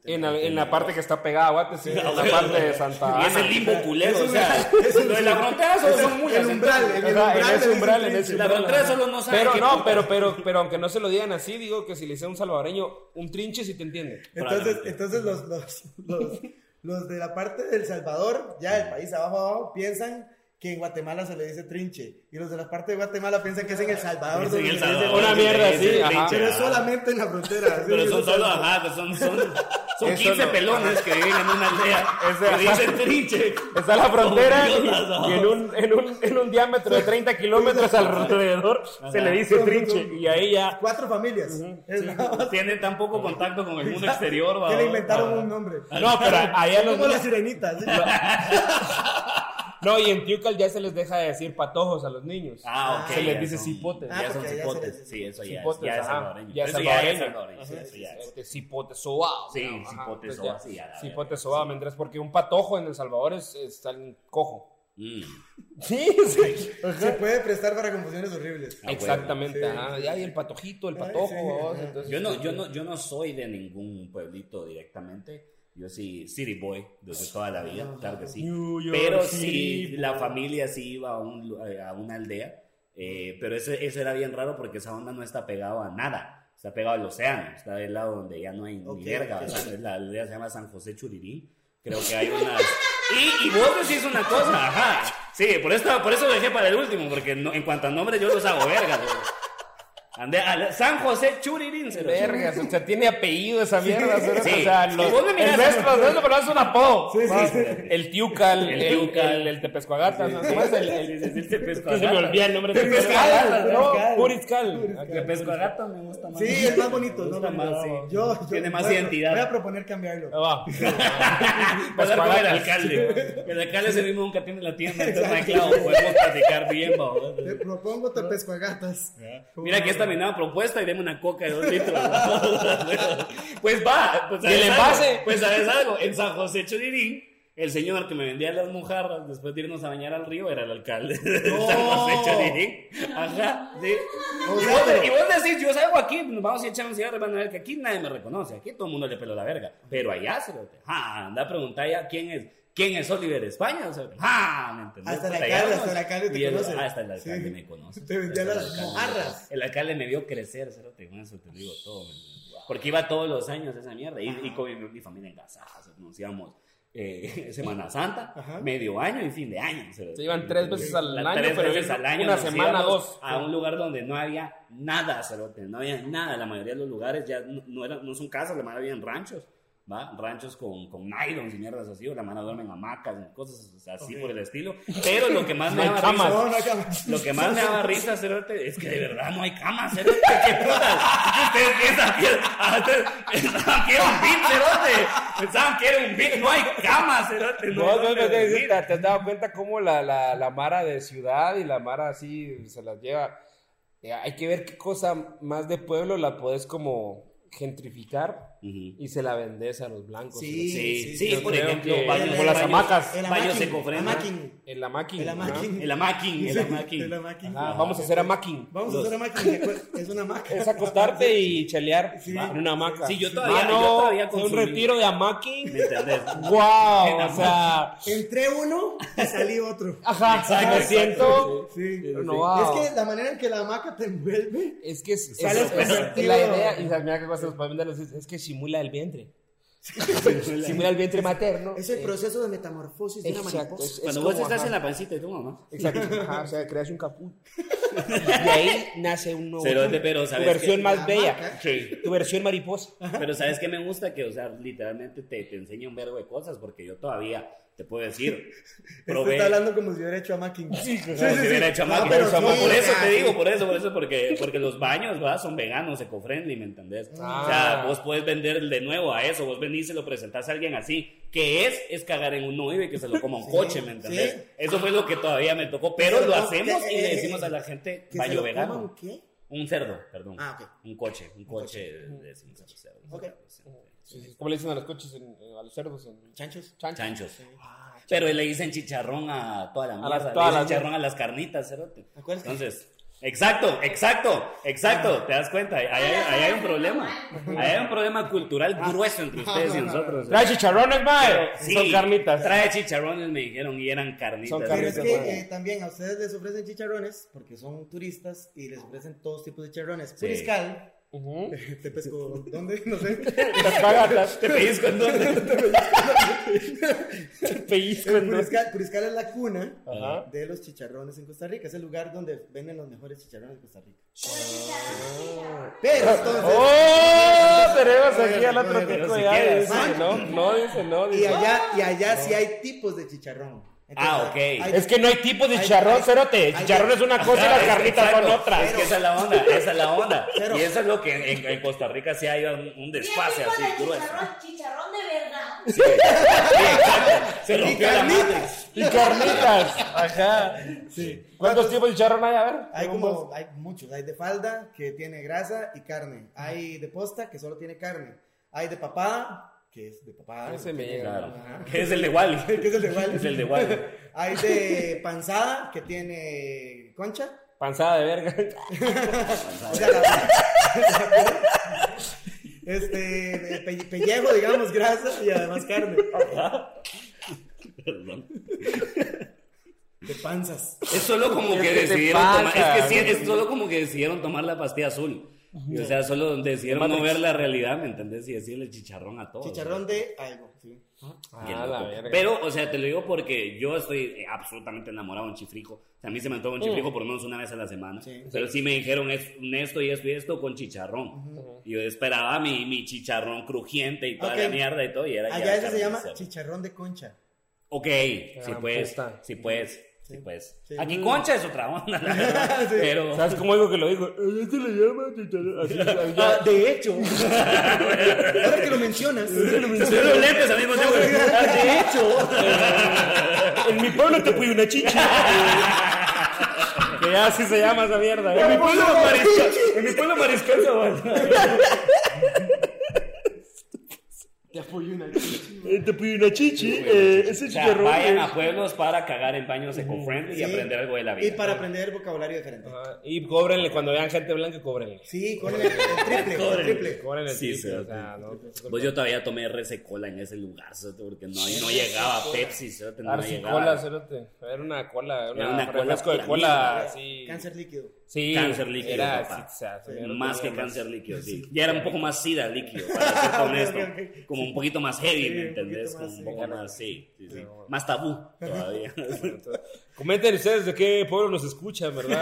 S1: En la, en la parte que está pegada a Guate, sí, en la parte de Santa
S3: Y es el
S1: Ana.
S3: limbo culero.
S2: Es
S3: O sea,
S2: un- es un-
S3: lo de la frontera solo
S2: es
S3: son
S2: un-
S3: muy
S2: el umbral,
S3: acentuados.
S2: el-
S1: Ajá, en
S2: umbral
S1: ese
S2: le
S1: umbral,
S2: dicen
S1: en ese
S2: trinche.
S3: La
S1: umbral.
S3: frontera solo no sabe.
S1: Pero
S3: qué
S1: no,
S3: puta.
S1: pero, pero, pero aunque no se lo digan así, digo que si le dicen un salvadoreño, un trinche sí te entiende.
S2: Entonces,
S3: Probablemente.
S2: entonces los, los, los, los de la parte del Salvador, ya el país abajo abajo, piensan que en Guatemala se le dice trinche. Y los de la parte de Guatemala piensan que es en El Salvador.
S3: Es en
S2: donde
S3: El
S2: se le dice
S3: Salvador,
S1: Una
S3: donde
S1: mierda
S3: le dicen
S1: así, ajá.
S3: trinche,
S2: Pero es
S3: ajá.
S2: solamente en la frontera.
S3: Pero
S2: sí,
S3: son
S2: sí,
S3: solo,
S2: sí.
S3: ajá, son, son, Son
S1: Eso
S3: 15
S1: no.
S3: pelones que viven en una aldea
S1: Eso,
S3: que
S1: ajá.
S3: dicen trinche.
S1: Está la frontera
S3: Son
S1: y,
S3: violas,
S1: y en, un, en, un, en un diámetro de 30 kilómetros alrededor se le dice trinche y ahí ya
S2: Cuatro familias. Es nada más.
S3: Tienen tan poco contacto con el mundo exterior, va.
S2: Que le inventaron un nombre.
S1: Ah, no, pero allá los
S2: Como la sirenita. ¿sí?
S1: no y en Tiucal ya se les deja de decir patojos a los niños.
S3: Ah, ok.
S1: Se les
S3: ya
S1: dice
S3: son-
S1: cipotes.
S2: Ah,
S3: Ya son
S2: porque ya se
S3: cipotes.
S2: les-
S3: Sí, eso ya es-
S1: Cipotes,
S3: ya es
S1: ajá.
S3: salvadoreño.
S1: Ya es
S3: Eso ya es
S1: salvadoreño.
S3: salvadoreño.
S1: Ajá.
S3: Eso ya es.
S1: Este, cipote sobao.
S3: Sí,
S1: digamos, ajá.
S3: cipote
S1: Entonces
S3: sobao,
S1: ya,
S3: sí, ya la
S1: Cipote
S3: verga,
S1: sobao,
S3: sí.
S1: mientras porque un patojo en El Salvador es, es alguien cojo.
S3: Mm.
S1: Sí, sí.
S2: Se puede prestar para confusiones horribles.
S3: Ah,
S1: Exactamente,
S2: bueno, sí.
S1: ajá. Y hay el patojito, el
S2: Ay,
S1: patojo.
S2: sí,
S1: vos,
S2: ajá.
S1: entonces- pues, este, mm.
S3: Yo no, yo no, yo no soy de ningún pueblito directamente. Yo sí, City Boy, desde toda la vida, claro que sí.
S1: New York
S3: Pero
S1: City,
S3: sí, la familia sí iba a, un lu- eh, a una aldea. eh, pero ese, ese era bien raro porque esa onda no está pegado a nada. Está pegado al océano. Está del lado donde ya no hay
S2: Ok,
S3: ni verga.
S2: ok.
S3: ¿verdad? La aldea se llama San José Churirín. Creo que hay unas. Y, y vos decís una cosa, ajá. Sí, por, esta, por eso lo dejé para el último, porque no- en cuanto a nombres yo los hago verga. ¿no? Ande- al- San José Churirín, se lo
S1: Vergas, o sea, tiene apellido esa mierda. ¿sabes?
S3: sí.
S1: O sea,
S3: Sí,
S1: los,
S3: vos me
S1: el
S3: mirás-
S1: nuestro, el nuestro, pero es un apodo.
S2: Sí, sí,
S1: Ah,
S2: sí.
S1: El Tiucal, el,
S3: El
S1: el,
S3: Tiucal.
S1: el, Tepescoagata, ¿no? ¿Cómo es el, el,
S3: Tepescoagata.
S1: Se me olvida el nombre de
S2: Tepescoagata,
S1: Tepescoagata,
S2: Tepescoagata.
S1: ¿no? Puriscal.
S2: Puriscal.
S1: Ah,
S3: pesco a gato me gusta más.
S2: Sí, es más bonito,
S3: Me
S2: ¿no?
S3: gusta más, sí.
S2: Yo, yo-
S3: Tiene más
S2: voy a- Voy a
S3: identidad.
S2: proponer cambiarlo.
S1: ah, va.
S3: Pasar como el
S1: Pescoagata.
S3: alcalde. El alcalde ese mismo nunca tiene la tienda, entonces no hay clavo, podemos platicar bien, babos.
S2: Te propongo te pesco a gatas.
S3: Mira, aquí está mi nueva propuesta y deme una coca de dos litros. pues va, pues
S1: Y
S3: ¿sabes
S1: el
S3: algo?
S1: envase.
S3: Pues sabes algo, en San José Churirín, el señor que me vendía las mojarras después de irnos a bañar al río era el alcalde de San José Churirín. Ajá, sí.
S2: O
S3: y,
S2: sea,
S3: vos,
S2: pero-
S3: y vos decís, yo salgo aquí, nos vamos a echar un cigarro, y van a ver que aquí nadie me reconoce, aquí todo el mundo le peló la verga. Pero allá se lo. Ah, anda a preguntar ya quién es. ¿Quién es Oliver España? O sea, ah, ¿me entendés?
S2: Hasta el
S3: Puta, ya
S2: alcalde,
S3: no-
S2: hasta el alcalde te
S3: y el-
S2: conoce.
S3: ah, Hasta el alcalde
S2: Sí.
S3: me conoce.
S2: Te vendía
S3: Hasta el
S2: las
S3: alcalde.
S2: mojarras.
S3: El alcalde me vio crecer, cerote, con eso te digo todo. man. Porque iba todos los años a esa mierda. Y, y con mi, mi familia en casa, nos íbamos eh, Semana Santa,
S2: Ajá.
S3: medio año y fin de año. cerote.
S1: Se iban tres veces al
S3: Las
S1: año,
S3: tres
S1: pero
S3: veces al año
S1: una
S3: nos
S1: semana,
S3: íbamos
S1: dos.
S3: A un lugar donde no había nada, cerote, no había nada. La mayoría de los lugares ya no, no eran, no son casas, la mayoría eran ranchos. ¿Va? Ranchos con, con nylons y mierdas así, o la mano duerme en hamacas, en cosas así por el estilo. Pero lo que más
S1: No
S3: me
S1: hay
S3: daba
S1: camas.
S3: risa-
S2: No, no, camas.
S3: lo que más me daba risa, Cerote, es que de verdad no hay cama, Cerote. ¿Qué putas? Ustedes piensan que, ah, ustedes pensaban que era un beat, Cerote. Pensaban que era un beat. No hay cama, Cerote. Pues No,
S1: Vos,
S3: hay
S1: vos,
S3: dónde
S1: vos,
S3: dormir.
S1: ¿Te te has dado cuenta cómo la, la, la Mara de ciudad y la Mara así se las lleva? Eh, Hay que ver qué cosa más de pueblo la podés como gentrificar
S3: Ujú.
S1: y se la vendes a los blancos.
S2: Sí,
S3: Sí, sí,
S2: sí,
S3: por
S1: creo
S3: ejemplo,
S1: que-
S3: baños-
S1: como las
S3: baños-
S1: hamacas.
S2: El
S3: Baños
S2: amaquin,
S3: ecofrenos.
S2: amaquin.
S1: El amaquín.
S2: El amaquin.
S3: El amaquín, el amaquín.
S2: El amaquin.
S1: Ajá, vamos a hacer amaquín.
S2: Vamos a hacer amaquin. ¿de acuerdo? Es una hamaca.
S1: Es acostarte y chelear
S2: Sí.
S1: en una hamaca.
S3: Sí, yo todavía-
S1: Mano,
S3: yo todavía
S1: fue un
S3: consumí.
S1: retiro de amaquín.
S3: ¿Me entendés? En
S1: ¡Guau!
S3: la
S1: O sea,
S2: Entré uno y salí otro.
S1: ajá, me
S3: Ah, Exacto.
S1: siento.
S2: Sí.
S1: renovado.
S2: Es que la manera en que la hamaca te envuelve.
S1: Es que es,
S2: Sale
S1: es- es-
S2: positivo.
S1: la idea, y mira que pasa, los pavimentales, es, es que simula el vientre. simula el vientre materno.
S2: Es el
S1: Eh,
S2: proceso de metamorfosis de una
S1: Exacto.
S2: mariposa.
S3: Cuando
S1: es
S3: vos
S1: como,
S3: estás
S1: ajá,
S3: en la pancita de tu mamá.
S1: Exacto. ajá, o sea, creas un capul. Y ahí nace un nuevo.
S3: Cerote,
S1: tú,
S3: pero
S1: tu
S3: sabes
S1: versión
S3: que-
S1: más bella.
S2: Ajá.
S3: Sí.
S1: Tu versión mariposa.
S3: Pero ¿sabes qué me gusta? Que, o sea, literalmente te, te enseña un verbo de cosas, porque yo todavía te puedo decir,
S2: Este
S3: probé,
S2: está hablando como si hubiera hecho amaquin. Sí,
S3: como si hubiera hecho amaquin.
S2: No, pero
S3: Por
S2: sí,
S3: eso
S2: ajá,
S3: te
S2: sí.
S3: digo, por eso, por eso, porque, porque los baños, ¿verdad? Son veganos, eco-friendly, ¿me entendés? O
S1: Ah.
S3: sea, vos puedes vender de nuevo a eso, vos venís y se lo presentás a alguien así. Que es, es cagar en un 9 que se lo coma un coche, ¿me entendés?
S2: sí.
S3: Eso fue lo que todavía me tocó, pero
S2: Que se
S3: lo
S2: lo-
S3: hacemos
S2: que-
S3: y le
S2: eh,
S3: decimos a la gente
S2: ¿Que se
S3: baño
S2: lo coma
S3: vegano.
S2: un qué?
S3: Un cerdo, perdón.
S2: Ah, ok.
S3: Un coche, un coche, le decimos a los cerdos.
S2: Ok.
S1: Sí, sí, ¿Cómo le dicen a los coches, en- eh, a los cerdos? En...
S2: Chanchos.
S1: Chancho.
S3: Chanchos.
S2: Ah,
S3: Pero le dicen chicharrón a toda la mierda.
S1: las-
S3: le
S1: todas
S3: dicen
S1: las-
S3: chicharrón a las carnitas, cerote.
S2: Acuérdate.
S3: Entonces, exacto, exacto, exacto. ¿Te das cuenta? Ahí hay, ahí hay un problema. Ahí hay un problema cultural grueso entre ustedes y nosotros.
S1: Trae chicharrones, mae.
S3: Sí,
S1: Son carnitas.
S3: Trae chicharrones, me dijeron, y eran carnitas.
S1: Son
S2: Pero
S1: carnitas.
S2: es
S1: Carnitas,
S2: que
S1: bueno.
S2: eh, también a ustedes les ofrecen chicharrones porque son turistas y les ofrecen todos tipos de chicharrones.
S3: Sí.
S2: Puriscal
S1: Ujú.
S2: Te pesco. ¿Dónde? No sé.
S1: Te pagan las-
S3: Te pedís condón.
S1: te pellizco en dos.
S2: Puriscal, Puriscal es la cuna
S1: Ajá.
S2: de los chicharrones en Costa Rica. Es el lugar donde venden los mejores chicharrones de Costa Rica.
S3: Ah.
S2: Pero entonces.
S1: ¡Oh! Tenemos aquí al otro
S2: Pero
S1: tico
S3: si
S1: ya.
S3: quieres,
S1: Dice que no, no, dice no.
S2: Y
S1: Dice,
S2: allá, y allá sí hay tipos de chicharrón.
S3: Ah, ok.
S2: hay-
S1: Es que no hay tipos de
S2: Ay,
S1: chicharrón,
S2: ay,
S1: cérote.
S2: ay,
S1: Chicharrón es una cosa y las carnitas son
S3: Exacto.
S1: otras.
S3: Es que esa es la onda, esa es la onda.
S2: Cero.
S3: Y eso es lo que en, en Costa Rica sí hay un, un desfase así, grueso.
S5: Chicharrón, chicharrón de verdad.
S3: Sí, exacto. Se
S2: Y
S3: rompió la madre.
S2: carnitas.
S1: Y carnitas. Ajá.
S2: Sí.
S1: ¿Cuántos tipos de chicharrón hay? A ver.
S2: Hay como, hay muchos. Hay de falda, que tiene grasa y carne. Hay de posta, que solo tiene carne. Hay de papada, que es de papada.
S1: Ese me llega.
S3: Claro.
S2: Ajá.
S3: Que es el de Wally.
S2: Que es el de Wally.
S3: Es el de Wally.
S2: Hay de panzada, que tiene concha.
S1: Panzada de verga.
S2: O sea, la- este, pe- pellejo, digamos, grasa y además carne.
S3: Perdón.
S2: De panzas.
S3: Es solo como que
S1: ¿Qué te
S3: decidieron tomar,
S1: pasa?
S3: es que sí, es solo como que decidieron tomar la pastilla azul. O sea, solo decidieron no ver la realidad, ¿me entendés? Y decirle chicharrón a todos.
S2: Chicharrón de algo, sí.
S3: Bien
S1: Ah, la
S3: loco.
S1: verga.
S3: Pero, o sea, te lo digo porque yo estoy eh, absolutamente enamorado de un chifrico. O sea, a mí se me antoja un
S1: Mm.
S3: chifrico por lo menos una vez a la semana.
S2: Sí.
S3: Pero sí me dijeron es, un esto y esto y esto con chicharrón. Y yo esperaba mi, mi chicharrón crujiente y toda
S2: Ok.
S3: la mierda y todo. Y era que
S2: Allá
S3: era
S2: eso se
S3: carne
S2: llama
S3: cerdo.
S2: chicharrón de concha.
S3: Ok, sí
S1: Gran
S3: pues,
S1: puta.
S3: sí pues, sí
S2: Sí.
S3: pues.
S2: Sí.
S3: Aquí concha es otra onda, la verdad,
S2: Sí.
S3: pero...
S1: ¿Sabes cómo digo que lo digo? ¿A este le llama chicharrón? Así, así, ya.
S2: de hecho, ahora que lo mencionas,
S3: Pero los lentes al mismo tiempo.
S1: De hecho, en mi pueblo te fui una chicha. que ya así se llama esa mierda.
S3: En mi
S1: ¿eh?
S3: pueblo mariscal, en mi pueblo mariscal se aguanta.
S2: te apoyo una
S1: Eh, Te fui una chichi. eh, ese
S3: O sea,
S1: chicharrón.
S3: vayan
S1: eh.
S3: a pueblos para cagar en baños eco-friendly y aprender algo de la vida.
S2: Y para aprender vocabulario diferente.
S1: Ajá, Ah, Y cóbrenle, cuando vean gente blanca, cóbrenle.
S2: Sí, con el, el triple, el triple.
S1: Cóbrenle el
S3: Sí,
S1: triple,
S3: sí,
S1: o
S3: sí.
S1: sea, no-
S3: Pues yo todavía tomé rese cola en ese lugar, cerote, porque no, no llegaba Pepsi, cerote, no
S1: Arsicola,
S3: llegaba.
S1: Ah, cerote. Era una cola, era
S3: Era una
S1: una
S3: cola
S1: refresco de
S3: pura
S1: cola,
S3: mierda.
S1: sí.
S2: Cáncer líquido.
S1: Sí,
S3: Cáncer líquido,
S1: era,
S3: papá.
S1: sí, o sea, se me
S3: Más
S1: tenía
S3: que cáncer líquido, sí. Ya era un poco más sida líquido, para ser honesto.
S2: Ok, ok.
S3: Como un poquito más heavy,
S2: Sí,
S3: ¿me
S2: un poquito
S3: entendés? Como
S2: más,
S3: un
S2: sí,
S3: poco
S2: claro.
S3: más, sí. sí, sí. Más tabú todavía.
S1: Comenten ustedes de qué pueblo nos escuchan, ¿verdad?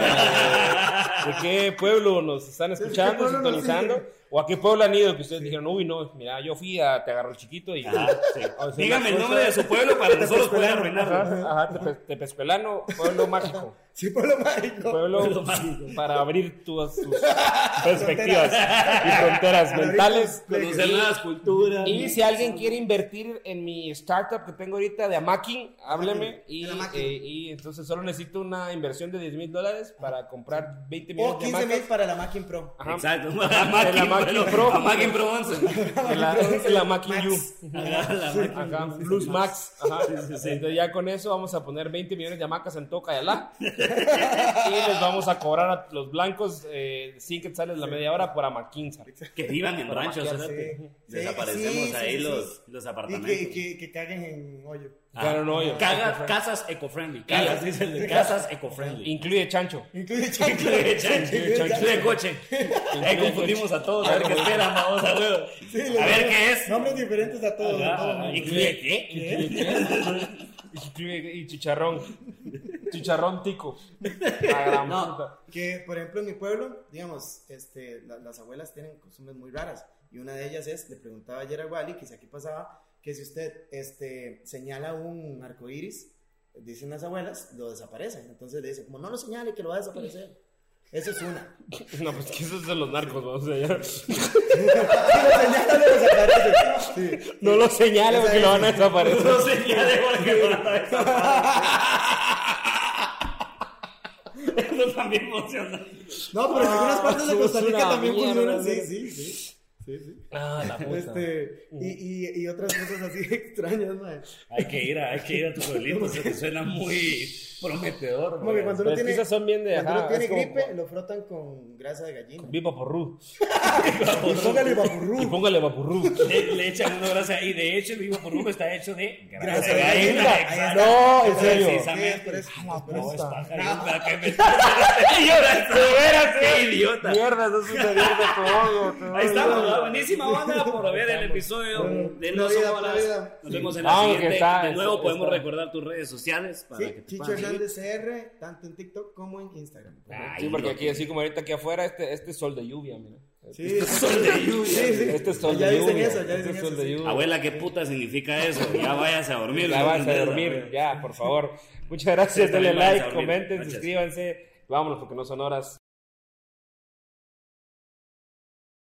S1: De qué pueblo nos están
S2: qué
S1: escuchando,
S2: pueblo nos
S1: sintonizando.
S2: siguen?
S1: O a qué pueblo han ido que ustedes dijeron, uy, no, mira, yo fui a Te Agarro el Chiquito y.
S3: Ah, sí.
S1: O sea,
S3: Dígame el
S1: una
S3: nombre de
S1: cosa-
S3: su pueblo para nosotros poder arruinarlo.
S1: Ajá, ajá, Tepe- Tepezcuelano, pueblo mágico.
S2: Sí, pueblo mágico.
S1: Pueblo
S3: mágico.
S1: para abrir tus, tus perspectivas y fronteras
S2: Para abrir
S1: mentales.
S2: tus-
S3: Conocer nuevas culturas.
S1: Y si alguien quiere invertir en mi startup que tengo ahorita de Amaking, hábleme. Y,
S2: El Amaking.
S1: eh, y entonces solo necesito una inversión de 10 mil dólares para comprar 20
S2: O
S1: millones de
S2: 15 mil
S1: hamacas.
S2: para la Mackin Pro.
S1: Ajá.
S3: Exacto. La Mackin
S1: Mackin
S3: bueno,
S1: Pro.
S3: la Mackin Pro 11.
S1: De La, de la Amaking U.
S2: Max.
S3: Ajá, la Mackin
S1: Ajá,
S3: Plus.
S1: Plus Max. Ajá. Entonces ya con eso vamos a poner 20 millones de hamacas en Toca y Alá. y les vamos a cobrar a los blancos eh, 100 quetzales la media hora por Amaking. ¿sabes?
S3: Que vivan en ranchos.
S1: maquillaje,
S3: espérate.
S2: sí. Sí,
S3: Desaparecemos
S2: sí,
S3: ahí
S2: sí,
S3: los,
S2: sí.
S3: los
S2: Y
S3: apartamentos.
S2: que, que, que caguen en hoyo.
S1: Ah, Claro, no, yo-
S3: Caga- casas eco-friendly. Casas, dicen, casas eco-friendly.
S1: Incluye chancho.
S2: Incluye chancla.
S3: Incluye chancho, incluye coche. Ahí
S1: coche.
S3: confundimos a todos. A ver qué esperan, vamos a ver. A ver qué es.
S2: Nombres diferentes a todos. a todos.
S1: Ah,
S3: Ajá, Incluye qué.
S1: Incluye, incluye- y chicharrón. Chicharrón tico. La gran puta.
S2: Que, por ejemplo, en mi pueblo, digamos, este, la- las abuelas tienen costumbres muy raras. Y una de ellas es, le preguntaba ayer a Wally, que si aquí pasaba, que si usted este, señala un arco iris, dicen las abuelas, lo desaparecen. Entonces le dicen, como no lo señale, que lo va a desaparecer. Eso es una.
S1: No, pues que esos son los narcos, ¿no? O sea, ya-
S2: Si lo señala, lo desaparece. Sí.
S1: no lo señale porque lo van a desaparecer.
S3: No sé ya de porque no la Eso también funciona.
S2: No, pero en algunas partes de
S1: somos
S2: Costa Rica
S1: una
S2: también
S1: Ah, mierda,
S2: funcionan. Sí,
S1: mierda.
S2: sí, sí. Sí, sí.
S1: Ah, la puta.
S2: Este, y, y, y otras cosas así extrañas, madre.
S3: Hay que ir a, hay que ir a tu pueblito, se te suena muy,
S1: prometedor.
S2: Como que
S1: güey.
S2: cuando
S1: Pero
S2: uno
S1: es que
S2: tiene-
S1: pues, esas son bien de.
S2: Cuando
S1: ajá,
S2: uno tiene
S1: es como-
S2: gripe, lo frotan con grasa de gallina.
S1: Bien vaporru.
S2: Y póngale vaporru.
S1: Y póngale vaporru.
S3: Le, le echan una grasa y de hecho el vivo por uno está hecho de grasa
S2: Grasa
S3: de
S2: de
S3: gallina.
S2: gallina.
S3: exacto.
S1: No, en serio.
S2: Sí, es
S3: Precisamente.
S2: por eso,
S3: Ah,
S2: es por
S3: No,
S2: eso.
S3: es paja.
S2: No.
S3: yo, ¿para qué me- ¡Qué idiota! ¡Qué idiota!
S1: Mierda, eso es una mierda, te odio, te
S3: Ahí
S1: odio.
S3: estamos, ¿verdad? buenísima banda por ver el episodio de No
S2: Florida,
S3: Somos Bolas.
S2: Florida.
S3: Nos vemos en
S1: Vamos,
S3: la
S1: que
S3: siguiente.
S1: está-
S3: de nuevo
S1: está-
S3: podemos
S1: está.
S3: recordar tus redes sociales para que
S2: Sí,
S3: te
S2: Chicho
S3: puedan seguir.
S2: Hernández CR, tanto en TikTok como en Instagram.
S3: Ay,
S1: Sí, porque
S3: loco.
S1: aquí, así como ahorita aquí afuera, este, este sol de lluvia, mira.
S2: Sí,
S3: Sol de lluvia.
S2: Sí, sí.
S1: Este sol
S2: ya
S1: de
S2: dicen
S1: lluvia.
S2: eso, ya
S1: este
S2: dicen
S1: sol
S2: eso.
S1: de
S2: sí.
S1: lluvia.
S3: Abuela, ¿qué puta significa eso? Ya vayas a dormir.
S1: Ya
S3: ¿no?
S1: vas a dormir, ya, por favor. Muchas gracias,
S3: Sí,
S1: denle
S3: también vayas a
S1: like,
S3: dormir.
S1: comenten,
S3: Gracias.
S1: suscríbanse. Vámonos porque no son horas.